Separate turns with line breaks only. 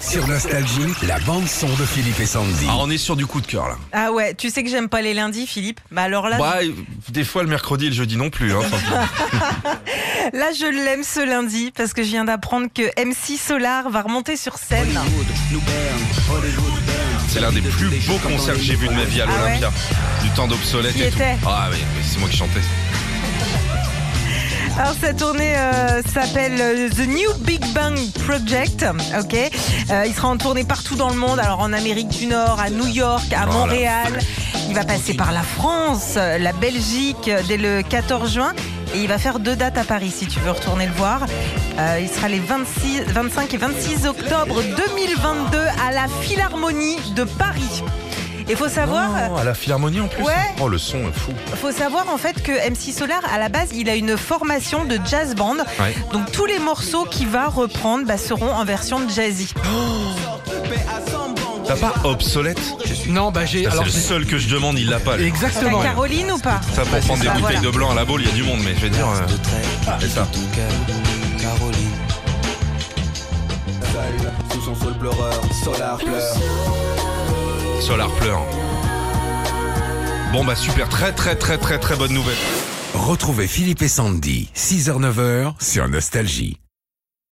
Sur Nostalgie, la bande-son de Philippe et Sandy.
Ah, on est sur du coup de cœur là.
Ah ouais, tu sais que j'aime pas les lundis, Philippe. Bah alors là,
Bah, des fois le mercredi et le jeudi non plus. hein, tant pis.
là je l'aime ce lundi parce que je viens d'apprendre que MC Solar va remonter sur scène.
C'est l'un des plus beaux concerts que j'ai vu de ma vie à
Ah ouais
l'Olympia. Du temps d'obsolète
T'y
et tout.
étais
Ah oui, oui, c'est moi qui chantais.
Alors sa tournée euh, s'appelle euh, The New Big Bang Project. Ok, Euh, il sera en tournée partout dans le monde. Alors en Amérique du Nord, à New York, à
Voilà.
Montréal. Il va passer par la France, euh, la Belgique euh, dès le 14 juin. Et il va faire deux dates à Paris si tu veux retourner le voir. Euh, il sera les 26, 25 et 26 octobre 2022 à la Philharmonie de Paris. Et faut savoir,
Non, à la Philharmonie en plus.
Ouais.
Oh, le son est fou.
faut savoir en fait que MC Solar, à la base, il a une formation de jazz band.
Ouais.
Donc tous les morceaux qu'il va reprendre bah, seront en version jazzy.
T'as pas obsolète
Non, bah j'ai.
Ça, C'est
Alors,
le
c'est-
seul que je demande, il l'a pas. lui.
T'as
exactement.
Caroline ou pas
Ça pour prendre des
ça,
bouteilles
voilà.
de blanc à la boule, il y a du monde, mais je vais dire. euh, c'est ça.
Sous son sol pleureur, Solar pleure.
Solar pleure. Bon bah super, très très très très très bonne nouvelle.
Retrouvez Philippe et Sandy, 6h-9h, sur Nostalgie.